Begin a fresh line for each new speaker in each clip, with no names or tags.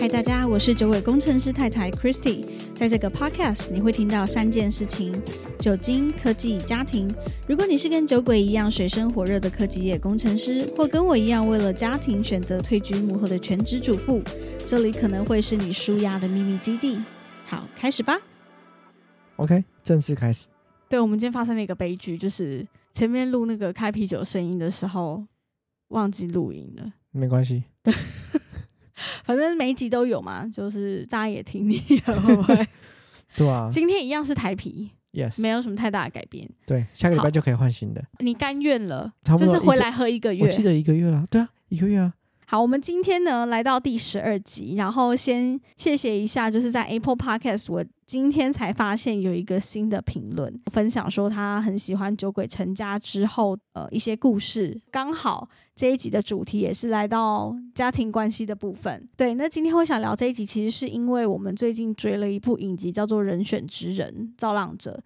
嗨，大家，我是九尾工程师太太 Christy。在这个 podcast，你会听到三件事情：酒精、科技、家庭。如果你是跟酒鬼一样水深火热的科技业工程师，或跟我一样为了家庭选择退居幕后的全职主妇，这里可能会是你舒压的秘密基地。好，开始吧。
OK，正式开始。
对，我们今天发生了一个悲剧，就是前面录那个开啤酒声音的时候忘记录音了。
没关系，
反正每一集都有嘛，就是大家也听腻了，会 不会？
对啊
今天一样是台啤，
，Yes，
没有什么太大的改变。
对，下个礼拜就可以换新的。
你甘愿了，
差不
就
多
是回
一个
来喝一个
我
月。
记得一个月啦，对啊，一个月啊，
好，我们今天呢来到第十二集，然后先谢谢一下，就是在 Apple Podcast，我今天才发现有一个新的评论，分享说他很喜欢《酒鬼成家》之后呃一些故事，刚好这一集的主题也是来到家庭关系的部分。对，那今天会想聊这一集，其实是因为我们最近追了一部影集，叫做《人选之人》《造浪者》，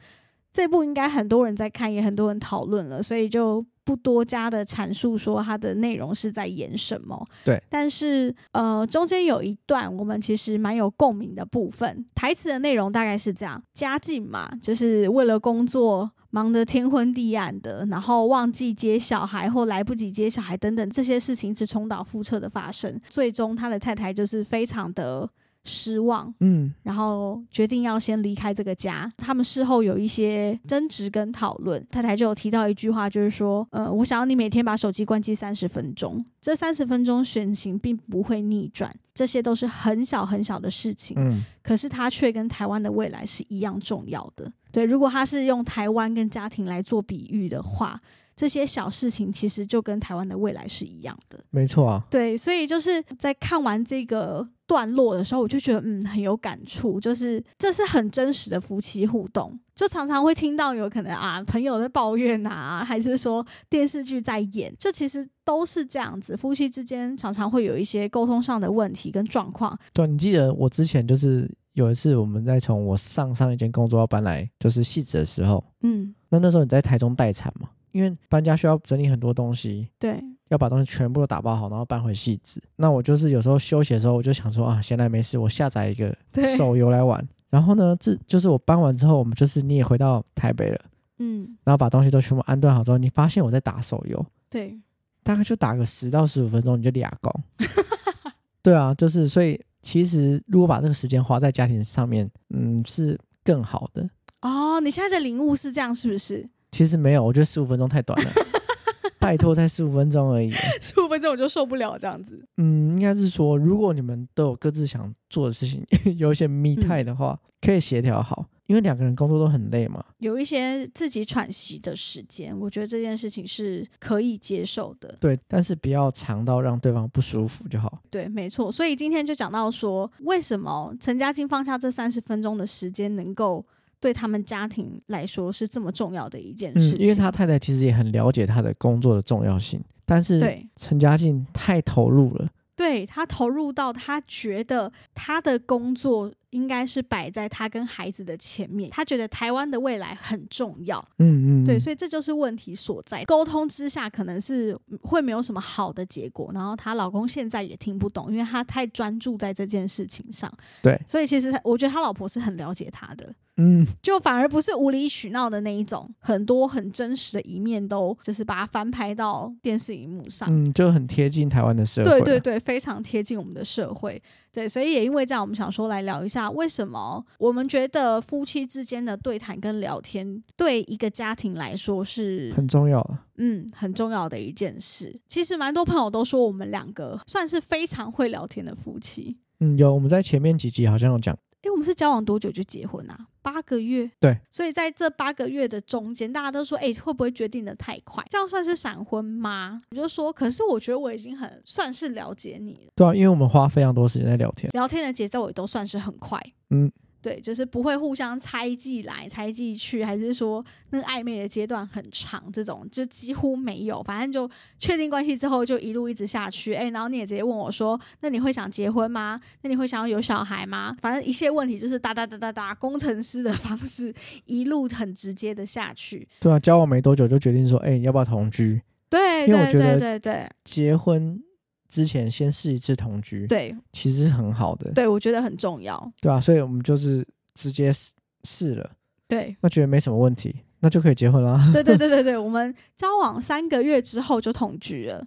这部应该很多人在看，也很多人讨论了，所以就不多加的阐述说它的内容是在演什么。
对，
但是呃，中间有一段我们其实蛮有共鸣的部分，台词的内容大概是这样：家境嘛，就是为了工作。忙得天昏地暗的，然后忘记接小孩或来不及接小孩等等这些事情是重蹈覆辙的发生，最终他的太太就是非常的失望，
嗯，
然后决定要先离开这个家。他们事后有一些争执跟讨论，太太就有提到一句话，就是说，呃，我想要你每天把手机关机三十分钟，这三十分钟选情并不会逆转，这些都是很小很小的事情，
嗯，
可是它却跟台湾的未来是一样重要的。对，如果他是用台湾跟家庭来做比喻的话，这些小事情其实就跟台湾的未来是一样的。
没错啊，
对，所以就是在看完这个段落的时候，我就觉得嗯很有感触，就是这是很真实的夫妻互动，就常常会听到有可能啊朋友在抱怨啊，还是说电视剧在演，就其实都是这样子，夫妻之间常常会有一些沟通上的问题跟状况。
对啊，你记得我之前就是有一次我们在从我上上一间工作要搬来就是戏子的时候，
嗯，
那那时候你在台中待产嘛，因为搬家需要整理很多东西。
对，
要把东西全部都打包好，然后搬回戏子。那我就是有时候休息的时候，我就想说啊，闲来没事，我下载一个
对
手游来玩。然后呢，这就是我搬完之后，我们就是你也回到台北了，
嗯，
然后把东西都全部安顿好之后，你发现我在打手游，
对，
大概就打个十到十五分钟，你就俩工。对啊，就是所以其实如果把这个时间花在家庭上面，嗯，是更好的。
哦，你现在的领悟是这样，是不是？
其实没有，我觉得十五分钟太短了，拜托才十五分钟而已。
十 五分钟我就受不了这样子。
嗯，应该是说，如果你们都有各自想做的事情， 有一些 me time 的话，可以协调好，因为两个人工作都很累嘛。
有一些自己喘息的时间，我觉得这件事情是可以接受的。
对，但是不要长到让对方不舒服就好。
对，没错。所以今天就讲到说，为什么陈嘉静放下这三十分钟的时间，能够对他们家庭来说是这么重要的一件
嗯，
事情。
因为他太太其实也很了解他的工作的重要性，但是
对
陈嘉静太投入了。
对他投入到他觉得他的工作应该是摆在他跟孩子的前面，他觉得台湾的未来很重要。
嗯嗯，
对，
以
所以这就是问题所在。沟通之下，可能是嗯会没有什么好的结果。然后她老公现在也听不懂，因为他太专注在这件事情上。
对，
所以其实她我觉得他老婆是很了解他的，
嗯，
就反而不是无理取闹的那一种，很多很真实的一面都就是把它翻拍到电视荧幕上。
嗯，就很贴近台湾的社会、
啊
啊
对对，对，非常贴近我们的社会。对，所以也因为这样，我们想说来聊一下，为什么我们觉得夫妻之间的对谈跟聊天，对一个家庭来说是
很重要了。
嗯，很重要的一件事。其实蛮多朋友都说我们两个算是非常会聊天的夫妻。
嗯，有我们在前面几集好像有讲，
诶，我们是交往多久就结婚啊？八个月。
对。
所以在这八个月的中间，大家都说，诶，会不会决定的太快？这样算是闪婚吗？我就说，可是我觉得我已经很算是了解你了，
对啊，因为我们花非常多时间在聊天。
聊天的节奏也都算是很快。
嗯。
对，就是不会互相猜忌来猜忌去，还是说那个暧昧的阶段很长，这种就几乎没有。反正就确定关系之后，就一路一直下去。哎，然后你也直接问我说：“那你会想结婚吗？那你会想要有小孩吗？”反正一切问题就是哒哒哒哒哒，工程师的方式一路很直接的下去。
对啊，交往没多久就决定说，哎、你要不要同居？
对
因为我
对
觉得
对对对，
结婚之前先试一次同居，，
对
其实是很好的，
对，我觉得很重要。
对啊，所以我们就是直接试试了，
对
那觉得没什么问题，那就可以结婚啦。
对对对对对，我们交往三个月之后就同居了，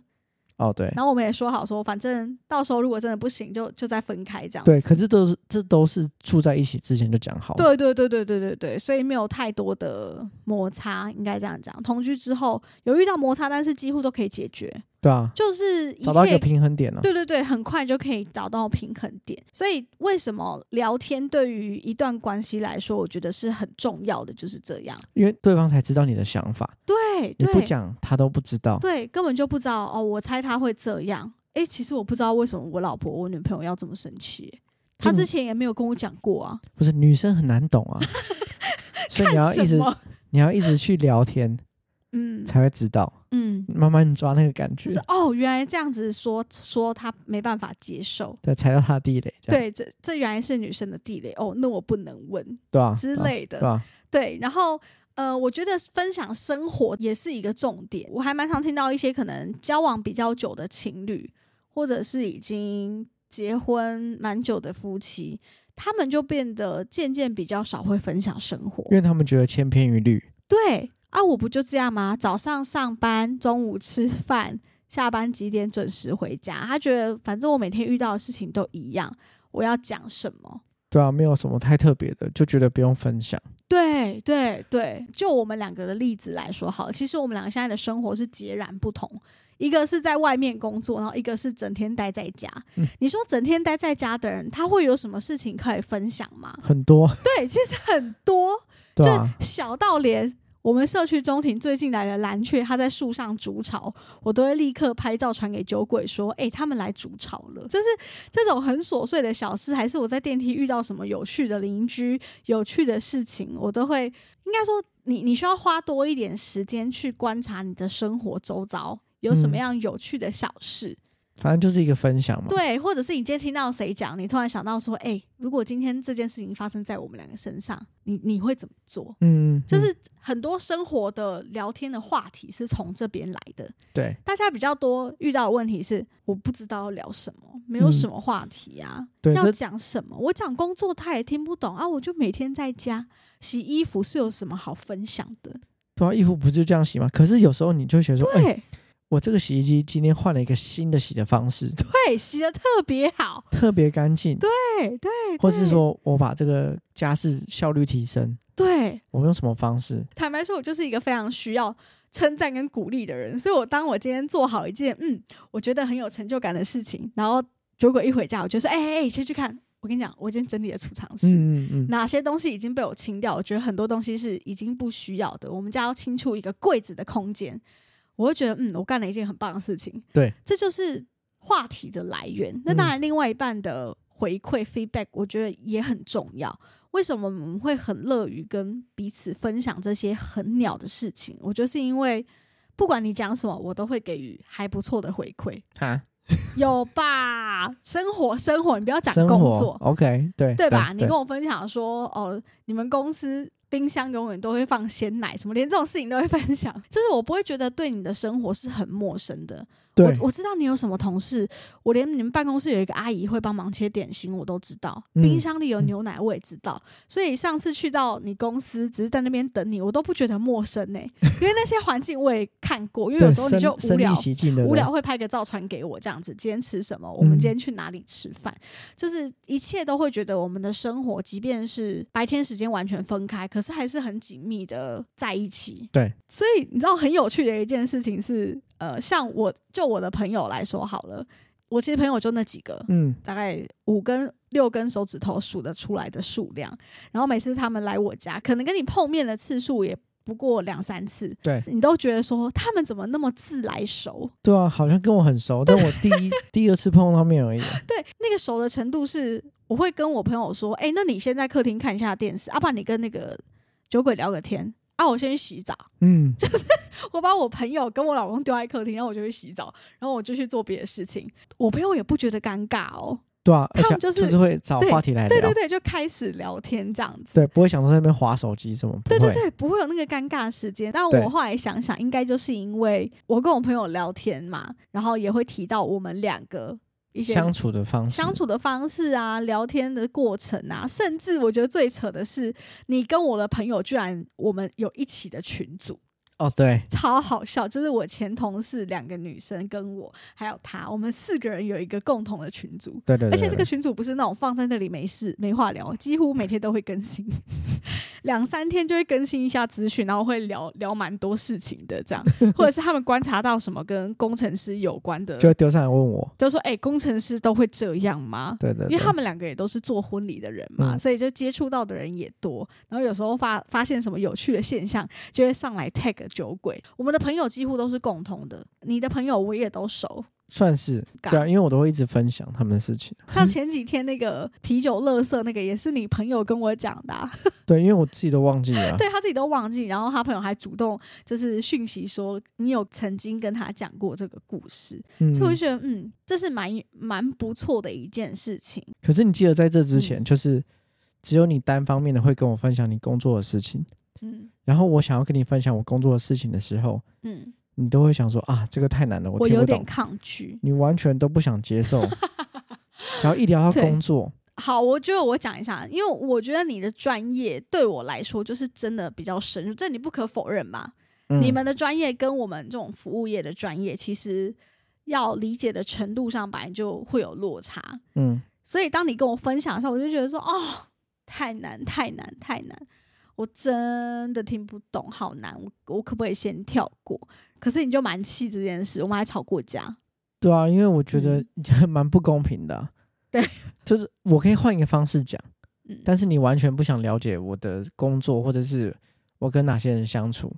哦，对，
然后我们也说好说，反正到时候如果真的不行，就就再分开这样。
对，可是都是这都是住在一起之前就讲好，，
对对对对对对对，所以没有太多的摩擦，应该这样讲。同居之后有遇到摩擦，但是几乎都可以解决，
对啊，
就是一
找到一
切
个平衡点了、啊
对对对，很快就可以找到平衡点。所以为什么聊天对于一段关系来说，我觉得是很重要的，就是这样。
因为对方才知道你的想法，
对
你
对
不讲他都不知道，
对，根本就不知道哦，我猜他会这样。诶，其实我不知道为什么我老婆、我女朋友要这么生气，她
这
之
种
前也没有跟我讲过啊。
不是女生很难懂 啊，所以你要
看
一
什
直
么？
你要一直去聊天
嗯
才会知道，
嗯，
慢慢抓那个感觉
就，是哦，原来这样子说说她没办法接受。
对，踩到他的地雷，这样
对，这这原来是女生的地雷哦，那我不能问
对啊
之
对啊
类的。
对啊，
对，然后呃，我觉得分享生活也是一个重点。我还蛮常听到一些可能交往比较久的情侣，或者是已经结婚蛮久的夫妻，他们就变得渐渐比较少会分享生活
因。为他们觉得千篇一律，
对啊，我不就这样吗？早上上班，中午吃饭，下班几点准时回家？他觉得反正我每天遇到的事情都一样，我要讲什么？
对啊，没有什么太特别的，就觉得不用分享，
对对对，就我们两个的例子来说好了，其实我们两个现在的生活是截然不同，一个是在外面工作，然后一个是整天待在家。
嗯？
你说整天待在家的人，他会有什么事情可以分享吗
很多，
对，其实很多，
对啊，
就小到连。我们社区中庭最近来的蓝雀，它在树上筑巢，我都会立刻拍照传给酒鬼说：“哎、他们来筑巢了。”就是这种很琐碎的小事，还是我在电梯遇到什么有趣的邻居、有趣的事情，我都会应该说你你需要花多一点时间去观察你的生活周遭有什么
嗯
样有趣的小事。
反正就是一个分享嘛，
对，或者是你今天听到谁讲，你突然想到说，哎、如果今天这件事情发生在我们两个身上，你你会怎么做？
嗯，嗯，
就是很多生活的聊天的话题是从这边来的。
对，
大家比较多遇到的问题是，我不知道要聊什么，没有
嗯
什么话题啊，
对
要
这
讲什么？我讲工作他也听不懂啊，我就每天在家洗衣服是有什么好分享的？
对啊，衣服不是就这样洗吗？可是有时候你就会觉得说，哎、
对
我这个洗衣机今天换了一个新的洗的方式，
对，洗的特别好，
特别干净，
对对
或是说我把这个家事效率提升，
对，
我用什么方式？
坦白说，我就是一个非常需要称赞跟鼓励的人，所以我当我今天做好一件嗯，我觉得很有成就感的事情，然后如果一回家，我就说，哎哎哎，先去看，我跟你讲，我今天整理了储藏室。
嗯嗯嗯，
哪些东西已经被我清掉？我觉得很多东西是已经不需要的。我们家要清出一个柜子的空间，我会觉得，嗯，我干了一件很棒的事情。
对，
这就是话题的来源。那
嗯
当然，另外一半的回馈 feedback，我觉得也很重要。为什么我们会很乐于跟彼此分享这些很鸟的事情？我觉得是因为。不管你讲什么，我都会给予还不错的回馈，
哈，
有吧？生活，生活，你不要讲
生
工
活
作，
，OK，对
对吧？你跟我分享说，哦，你们公司冰箱永远都会放鲜奶，什么连这种事情都会分享， 就是我不会觉得对你的生活是很陌生的。
对
我，我知道你有什么同事，我连你们办公室有一个阿姨会帮忙切点心，我都知道。
嗯
冰箱里有牛奶，我也知道。所以上次去到你公司，只是在那边等你，我都不觉得陌生呢、因为那些环境我也看过。因为有
对
时候你就
身
无
身
聊
临，其境的
无聊，会拍个照传给我，这样子今天吃什么，我们今天去哪里吃饭，就是一切都会觉得我们的生活，即便是白天时间完全分开，可是还是很紧密的在一起。
对，
所以你知道很有趣的一件事情是，呃，像我就我的朋友来说好了，我其实朋友就那几个，
嗯，
大概五根六根手指头数得出来的数量。然后每次他们来我家，可能跟你碰面的次数也不过两三次，
对
你都觉得说他们怎么那么自来熟？
对啊，好像跟我很熟，但我第 一第二次碰到面而已，啊
对，那个熟的程度是，我会跟我朋友说，哎、那你先在客厅看一下电视，啊，不然你跟那个酒鬼聊个天。啊，我先去洗澡。
嗯，
我把我朋友跟我老公丢在客厅，然后我就去洗澡，然后我就去做别的事情。我朋友也不觉得尴尬哦，
对啊，而
他
且
们就是
就是会找
对
话题来
对对
聊，
对，就开始聊天这样子。
对，不会想说在那边划手机什么，不
对对
会，
对，不会有那个尴尬的时间。但
对
我后来想想，应该就是因为我跟我朋友聊天嘛，然后也会提到我们两个一些
相处的方式，
相处的方式啊，聊天的过程啊，甚至我觉得最扯的是，你跟我的朋友居然我们有一起的群组，
哦，对，
超好笑。就是我前同事两个女生跟我还有她，我们四个人有一个共同的群组，
对对对，
而且这个
对
群组不是那种放在那里没事没话聊，几乎每天都会更新， 两三天就会更新一下资讯，然后会聊聊蛮多事情的， 这样，或者是他们观察到什么跟工程师有关的，
就
就
会丢上来问我，
说哎、工程师都会这样吗？
对对，
因为
对
他们两个也都是做婚礼的人嘛，
嗯
所以就接触到的人也多。然后有时候发发现什么有趣的现象，就会上来 tag 酒鬼。我们的朋友几乎都是共同的，你的朋友我也都熟。
算是对啊，因为我都会一直分享他们的事情，
像前几天那个啤酒乐色那个，也是你朋友跟我讲的啊、
对，因为我自己都忘记了啊，
对他自己都忘记，然后他朋友还主动就是讯息说你有曾经跟他讲过这个故事，
嗯，
所以我就觉得嗯，这是蛮蛮不错的一件事情。
可是你记得在这之前，
嗯
就是只有你单方面的会跟我分享你工作的事情，
嗯
然后我想要跟你分享我工作的事情的时候，
嗯，
你都会想说啊，这个太难了，我
我
听
有
不
点
懂，
抗拒。
你完全都不想接 受。只要一聊到
对
工作，
好，我觉得我讲一下，因为我觉得你的专业对我来说就是真的比较深入，这你不可否认吧？
嗯、
你们的专业跟我们这种服务业的专业，其实要理解的程度上本来就会有落差。
嗯，
所以当你跟我分享的时候，我就觉得说，哦，太难，太难，太难，我真的听不懂，好难，我我可不可以先跳过？可是你就蛮气这件事，我们还吵过架。
对啊，因为我觉得 蛮不公平的啊、
嗯对，
就是我可以换一个方式讲，
嗯，
但是你完全不想了解我的工作，或者是我跟哪些人相处，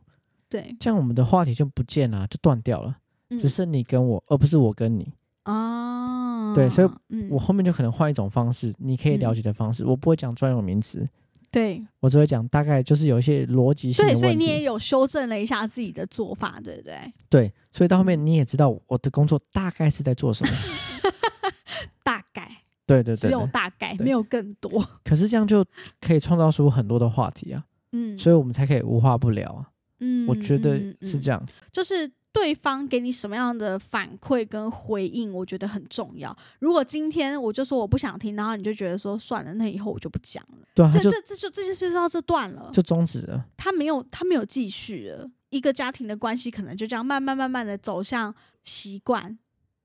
对，
这样我们的话题就不见了，就断掉了，
嗯
只剩你跟我，而不是我跟你。
啊，
对所以
嗯，
我后面就可能换一种方式，你可以了解的方式，我不会讲专有名词，
对
我只会讲大概就是有一些逻辑性的
对，
问题。
所以你也有修正了一下自己的做法，对不对？
对，所以到后面你也知道我的工作大概是在做什么。
大概
对对
只
对
有
对，
大概，
对
没有更多。
可是这样就可以创造出很多的话题啊，
嗯，
所以我们才可以无话不聊啊。
嗯
我觉得是
样。嗯
这样，
就是对方给你什么样的反馈跟回应，我觉得很重要。如果今天我就说我不想听，然后你就觉得说算了，那以后我就不讲了，
对啊，
这
他就
这这就这件事就到这段了，
就终止了。
他没有他没有继续了。一个家庭的关系可能就这样慢慢慢慢的走向习惯，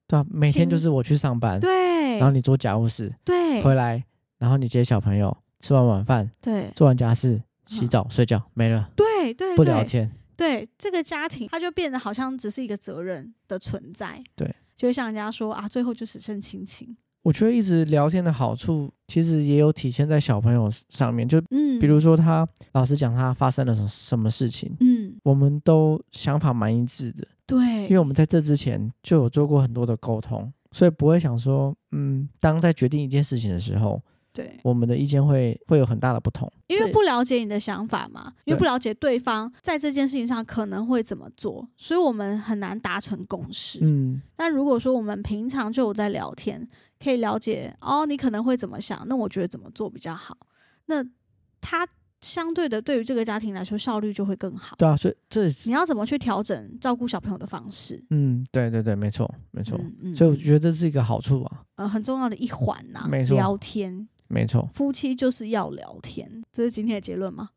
对啊，每天
亲
就是我去上班，
对
然后你做家务事，
对
回来，然后你接小朋友，吃完晚饭，
对
做完家事，洗澡、睡觉，没了，
对嗯对
不聊
对
天。
对，这个家庭它就变得好像只是一个责任的存在，
对，
就会像人家说啊，最后就只剩亲情，
我觉得一直聊天的好处，其实也有体现在小朋友上面。就
嗯，
比如说他，老实讲，他发生了什什么事情，
嗯，
我们都想法蛮一致的，
对，
因为我们在这之前就有做过很多的沟通，所以不会想说，嗯，当在决定一件事情的时候，
对。
我们的意见会会有很大的不同。
因为
这
不了解你的想法嘛，因为
对
不了解对方在这件事情上可能会怎么做，所以我们很难达成共识。
嗯，
但如果说我们平常就有在聊天，可以了解哦，你可能会怎么想，那我觉得怎么做比较好，那他相对的对于这个家庭来说效率就会更好。
对啊，所以这也是
你要怎么去调整照顾小朋友的方式？
嗯，对对对，没错没错。
嗯嗯
所以我
嗯
觉得这是一个好处啊，
呃很重要的一环呐、
没错
聊天。
没错。
夫妻就是要聊天，这是今天的结论吗？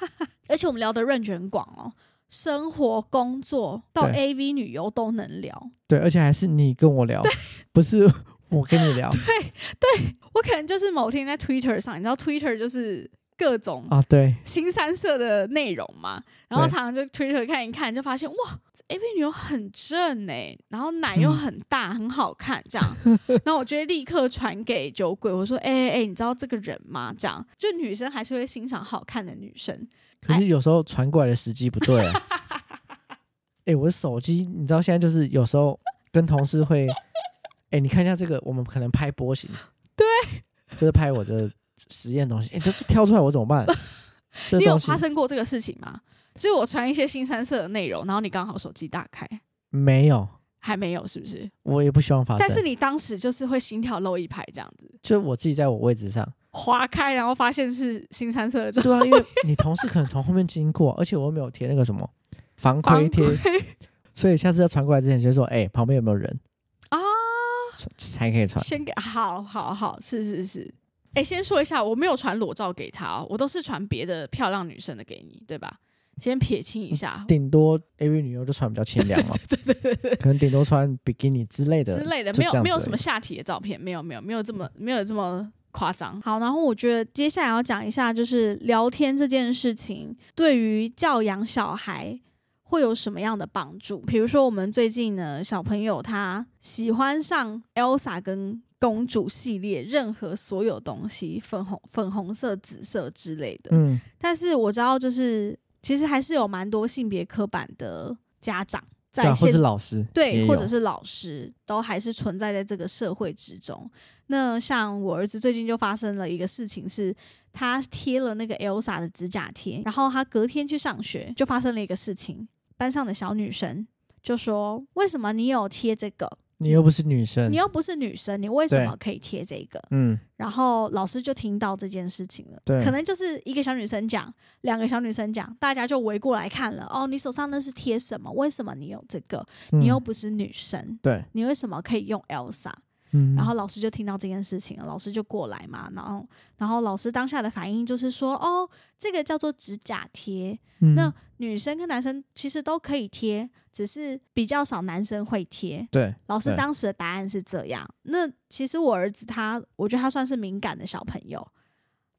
而且我们聊的 range 很广哦，生活、工作到
对
AV 女优都能聊。
对，而且还是你跟我聊，不是我跟你聊
我可能就是某天在 Twitter 上，你知道 Twitter 就是各种
啊。对，
新三色的内容嘛，然后
对
常常就 Twitter 看一看，就发现哇这，AV 女优很正哎、然后奶又
嗯
很大，很好看这样。 然后我就会立刻传给酒鬼，我说哎哎、欸你知道这个人吗？这样就女生还是会欣赏好看的女生。
可是有时候传过来的时机不对、 啊。哎、我的手机，你知道现在就是有时候跟同事会，哎、你看一下这个，我们可能拍波形，
对，
就是拍我的实验东西，哎、这这跳出来我怎么 办？这
你有
东西
发生过这个事情吗？就是我传一些新三色的内容，然后你刚好手机打开，
没有，
还没有，是不是？
我也不希望发生。
但是你当时就是会心跳漏一拍这样子，
就我自己在我位置 上，
划开，然后发现是新三色的照
对啊，因为你同事可能从后面经过，而且我又没有贴那个什么防
防
窥贴， 所以下次要传过来之前就说，哎、旁边有没有人
啊，
才可以传。
先给，好好好，是是是。哎、先说一下，我没有传裸照给他、哦，我都是传别的漂亮女生的给你，对吧？先撇清一下，
顶多 AV 女优就穿比较清凉 嘛，
对对 对对
可能顶多穿比基尼之类的
之类的，
就
没
这
有
样
没有
子而
什
已
么下体的照片，没有没有没有这么没有这么夸张。
嗯好，然后我觉得接下来要讲一下，就是聊天这件事情对于教养小孩会有什么样的帮助？比如说，我们最近呢，小朋友他喜欢上 Elsa 跟公主系列任何所有东西，粉红、粉红色、紫色之类的。
嗯，
但是我知道，就是其实还是有蛮多性别刻板的家长
对、啊，
在
或
现
是老师也
对，
有，
或者是老师，都还是存在在这个社会之中。那像我儿子最近就发生了一个事情是，他贴了那个 Elsa 的指甲贴，然后他隔天去上学，就发生了一个事情，班上的小女生就说：“为什么你有贴这个？
你又不是女生
你，又不是女生，你为
嗯
什
对
么可以贴这个？”
嗯，
然后老师就听到这件事情了，
对
可能就是一个小女生讲，两个小女生讲，大家就围过来看了。哦，你手上那是贴什么？为什么你有这个？
嗯
你又不是女生，
对，
你为什么可以用 Elsa？、
嗯，
然后老师就听到这件事情了，老师就过来嘛，然后然后老师当下的反应就是说，哦，这个叫做指甲贴，
嗯
那女生跟男生其实都可以贴，只是比较少男生会贴。
对，
老师
对
当时的答案是这样。那其实我儿子他，我觉得他算是敏感的小朋友，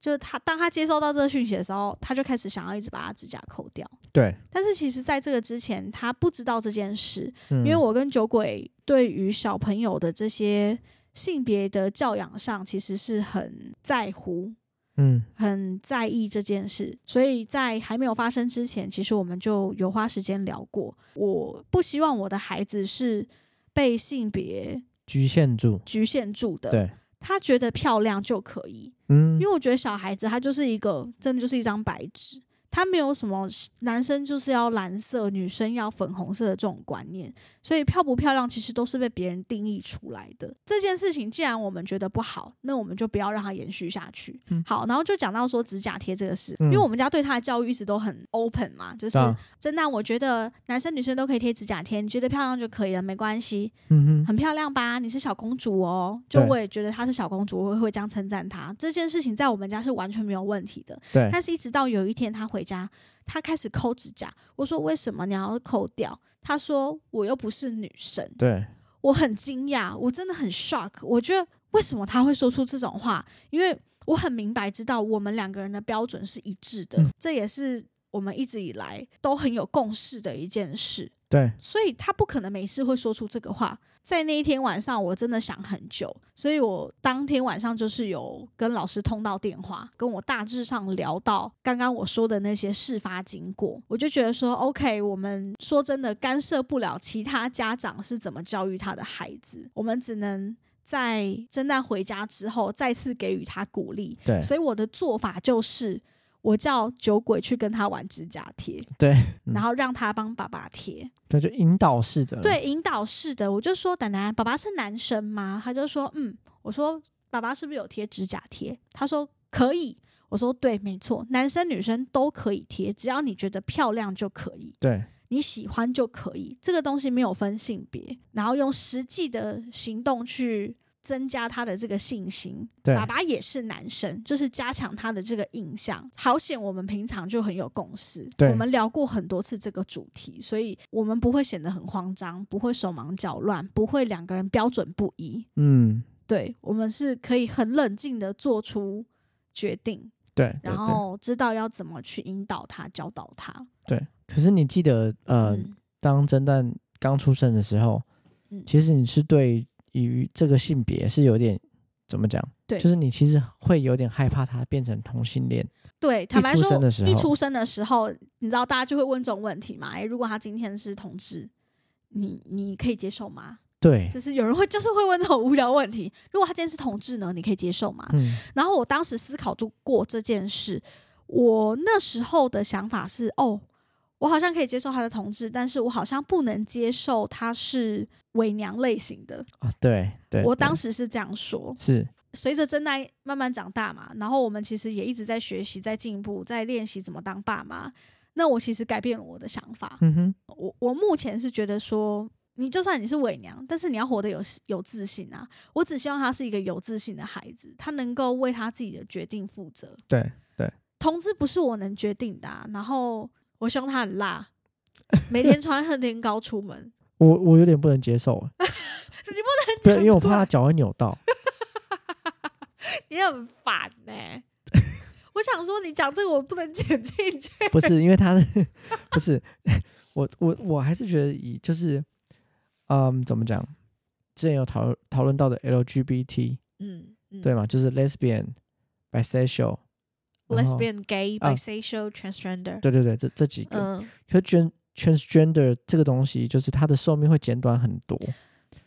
就是他当他接收到这个讯息的时候，他就开始想要一直把他指甲抠掉。
对，
但是其实在这个之前，他不知道这件事，
因
因为我跟酒鬼对于小朋友的这些性别的教养上，其实是很在乎、
嗯
很在意这件事，所以在还没有发生之前，其实我们就有花时间聊过。我不希望我的孩子是被性别
局限住，
局限住的，
对，
他觉得漂亮就可以，
嗯，
呃因为我觉得小孩子他就是一个真的就是一张白纸，他没有什么男生就是要蓝色，女生要粉红色的这种观念，所以漂不漂亮其实都是被别人定义出来的。这件事情既然我们觉得不好，那我们就不要让它延续下去。
嗯
好，然后就讲到说指甲贴这个事，
嗯
因为我们家对他的教育一直都很 open 嘛，就是
当然
真的啊，我觉得男生女生都可以贴指甲贴，你觉得漂亮就可以了，没关系。
嗯哼，
很漂亮吧？你是小公主哦，就
对
我也觉得她是小公主，我也会这样称赞她。这件事情在我们家是完全没有问题的，
对，
但是一直到有一天她回家，她开始抠指甲，我说为什么你要抠掉？她说我又不是女生，
对，
我很惊讶，我真的很 shock，我觉得为什么她会说出这种话？因为我很明白知道我们两个人的标准是一致的，
嗯
这也是我们一直以来都很有共识的一件事。
对，
所以他不可能没事会说出这个话。在那一天晚上，我真的想很久，所以我当天晚上就是有跟老师通到电话，跟我大致上聊到刚刚我说的那些事发经过，我就觉得说，OK，我们说真的干涉不了其他家长是怎么教育他的孩子，我们只能。在侦探回家之后，再次给予他鼓励，
对，
所以我的做法就是，我叫酒鬼去跟他玩指甲贴，
对，嗯
然后让他帮爸爸贴，
那就引导式的，，
对，引导式的。我就说，奶奶，爸爸是男生吗？他就说，嗯。我说，爸爸是不是有贴指甲贴？他说可以。我说对，没错，男生女生都可以贴，只要你觉得漂亮就可以，
对，
你喜欢就可以。这个东西没有分性别，然后用实际的行动去增加他的这个信心。
对
爸，爸也是男生，就是加强他的这个印象。好险，我们平常就很有共识，
对
我们聊过很多次这个主题，所以我们不会显得很慌张，不会手忙脚乱，不会两个人标准不一。
嗯，
对我们是可以很冷静的做出决定，
对，对
然，后知道要怎么去引导他、教导他。
对，对。可是你记得，呃，
嗯，
当侦探刚出生的时候
嗯，
其实你是对于这个性别是有点怎么讲？
对
就是你其实会有点害怕他变成同性恋，
对，坦白
出
说
生的，时
一
候
出生的时候，你知道大家就会问这种问题嘛？诶，如果他今天是同志，你你可以接受吗？
对，
就是有人会就是会问这种无聊问题。如果他今天是同志呢，你可以接受吗？
嗯，
然后我当时思考就过这件事，我那时候的想法是，哦，我好像可以接受他的同志，但是我好像不能接受他是伪娘类型的。
啊，对对，
我
对
当时是这样说。
是
随着真奈慢慢长大嘛，然后我们其实也一直在学习、在进步、在练习怎么当爸妈。那我其实改变了我的想法，
嗯哼，
我我目前是觉得说，你就算你是伪娘，但是你要活得有有自信啊。我只希望他是一个有自信的孩子，他能够为他自己的决定负责。
对
同志不是我能决定的啊、然后我希望他很辣，每天穿恨天高出门。
我我有点不能接受，对，因为我怕他脚会扭 到。
你很烦呢、 我想说，你讲这个我不能剪进去。
不是因为他是不是 我我我还是觉得以就是嗯怎么讲，之前有讨讨论到的 LGBT
嗯，嗯
对吗？就是 lesbian、bisexual 然后
，lesbian、gay、
啊
bisexual、transgender，
对对对，这这几个。
嗯，
可是 tran- transgender 这个东西，就是它的寿命会减短很多，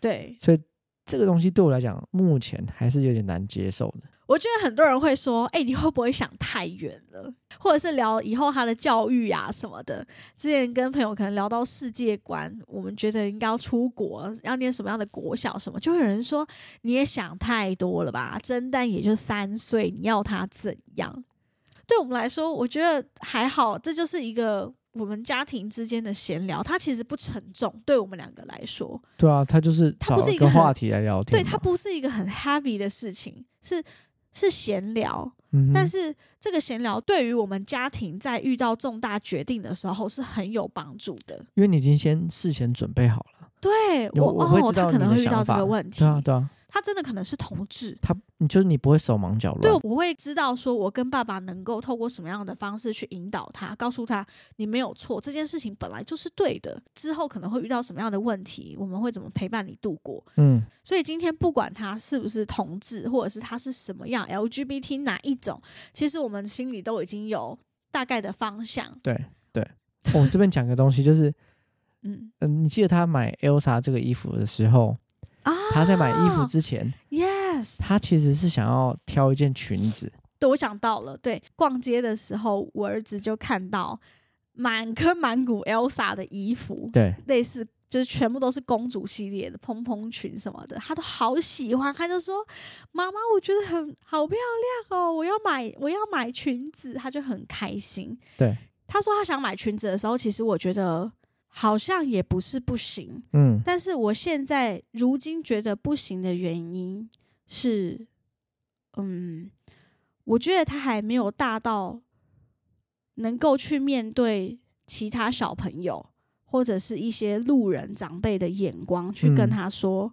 对，
所以这个东西对我来讲，目前还是有点难接受的。
我觉得很多人会说，哎、你会不会想太远了？或者是聊以后他的教育啊什么的。之前跟朋友可能聊到世界观，我们觉得应该要出国，要念什么样的国小什么，就会有人说你也想太多了吧？真蛋也就三岁，你要他怎样？对我们来说，我觉得还好，这就是一个我们家庭之间的闲聊，它其实不沉重，对我们两个来说，
对啊，它就是找
它不是一个
个
很
话题来聊天
对
嘛。
它不是一个很 heavy 的事情，是是闲聊。
嗯哼，
但是这个闲聊对于我们家庭在遇到重大决定的时候是很有帮助的。
因为你已经先事前准备好了，
对
有
我
我会
哦，
知道
他可
你
能
的
会遇到
想
这
法
个问题，
对啊对啊，
他真的可能是同志。
他你就是你不会手忙脚乱，
对，啊我会知道说，我跟爸爸能够透过什么样的方式去引导他，告诉他你没有错，这件事情本来就是对的。之后可能会遇到什么样的问题，我们会怎么陪伴你度过。
嗯，
所以今天不管他是不是同志，或者是他是什么样 LGBT 哪一种，其实我们心里都已经有大概的方向。
对对。我、这边讲个东西，就是
嗯
嗯，你记得他买 Elsa 这个衣服的时候，
啊，
他在买衣服之前，
Yes，
他其实是想要挑一件裙子，
对，我想到了，对，逛街的时候，我儿子就看到满坑满谷 Elsa 的衣服，
对
类似就是全部都是公主系列的蓬蓬裙什么的，他都好喜欢，他就说：“妈妈，我觉得很好漂亮哦，我要买，我要买裙子。”他就很开心。
对，
他说他想买裙子的时候，其实我觉得好像也不是不行，
嗯，
但是我现在如今觉得不行的原因是，嗯，我觉得他还没有大到能够去面对其他小朋友或者是一些路人长辈的眼光，去跟
嗯
他说、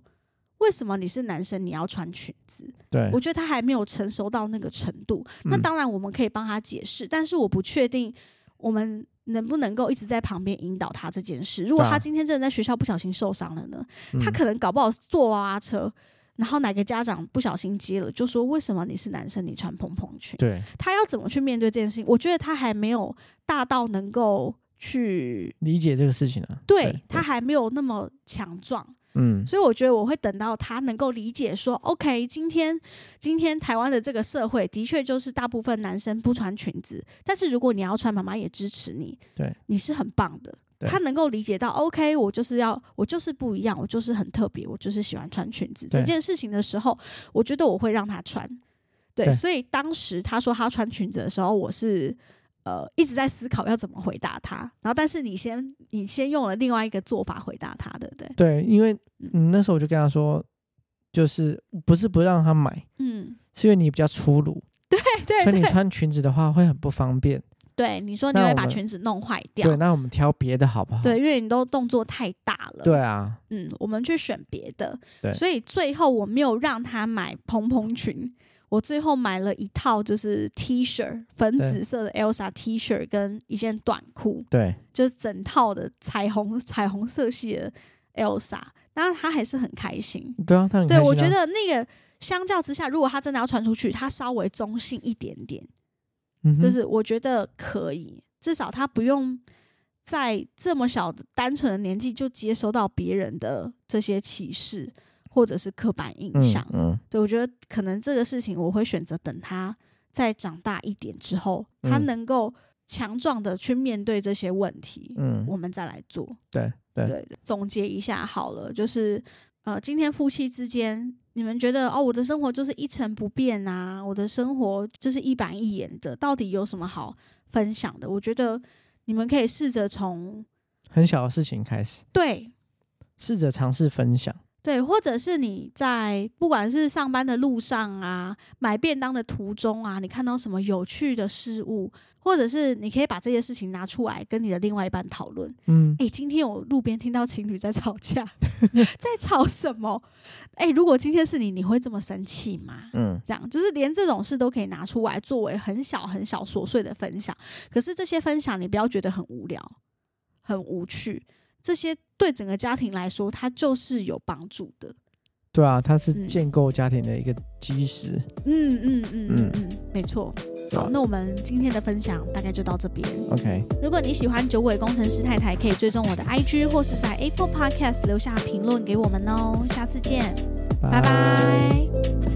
为什么你是男生你要穿裙子。
对
我，觉得他还没有成熟到那个程度。那
嗯
当然我们可以帮他解释，但是我不确定我们能不能够一直在旁边引导他这件事。如果
对啊
他今天真的在学校不小心受伤了呢？
嗯
他可能搞不好坐娃娃车。然后哪个家长不小心接了，就说为什么你是男生，你穿蓬蓬裙？
对
他要怎么去面对这件事情？我觉得他还没有大到能够去，
理解这个事情啊，
对他还没有那么强壮。
嗯，
所以我觉得我会等到他能够理解说，OK，今天今天台湾的这个社会的确就是大部分男生不穿裙子，但是如果你要穿，妈妈也支持你，
对，
你是很棒的。
对
他能够理解到，OK，我就是要，我就是不一样，我就是很特别，我就是喜欢穿裙子
对
这件事情的时候，我觉得我会让他穿。对，
对
所以当时他说他穿裙子的时候，我是呃一直在思考要怎么回答他。然后，但是你先你先用了另外一个做法回答他，对不对？
对，因为
嗯
嗯那时候我就跟他说，就是不是不让他买，
嗯，
是因为你比较粗鲁，
对
所以
对
你穿裙子的话会很不方便。
对，你说你
那
会
我
把
们
裙子弄坏掉，
对，那我们挑别的好不好？
对，因为你都动作太大了。
对，啊，
嗯，我们去选别的。
对
所以最后我没有让他买蓬蓬裙，我最后买了一套就是 T 恤，粉
对
紫色的 Elsa T 恤跟一件短裤，
对
就是整套的彩虹彩虹色系的 Elsa。但是他还是很开心。
对啊，他很
对，
开
我
心
觉
啊
得那个相较之下，如果他真的要穿出去，他稍微中性一点点，
嗯哼
就是我觉得可以，至少他不用在这么小的单纯的年纪就接收到别人的这些歧视或者是刻板印象。
嗯嗯
对我觉得可能这个事情，我会选择等他再长大一点之后，他
嗯
能够强壮的去面对这些问题，
嗯，
我们再来做。
对对，
对，总结一下好了，就是呃，今天夫妻之间，你们觉得哦，我的生活就是一成不变啊，我的生活就是一板一眼的，到底有什么好分享的？我觉得你们可以试着从
很小的事情开始，
对
试着尝试分享。
对，或者是你在不管是上班的路上啊，买便当的途中啊，你看到什么有趣的事物，或者是你可以把这些事情拿出来跟你的另外一半讨论。
嗯，
哎、今天我路边听到情侣在吵架，在吵什么？哎、如果今天是你，你会这么生气吗？
嗯，
这样就是连这种事都可以拿出来作为很小很小琐碎的分享。可是这些分享你不要觉得很无聊、很无趣，这些对整个家庭来说，它就是有帮助的。
对啊，它
嗯
是建构家庭的一个基石。
嗯嗯嗯嗯
嗯
嗯，没错。
对
好
吧，
那我们今天的分享大概就到这边。
OK，
如果你喜欢酒鬼工程师太太，可以追踪我的 IG 或是在 Apple Podcast 留下评论给我们哦。下次见。拜拜。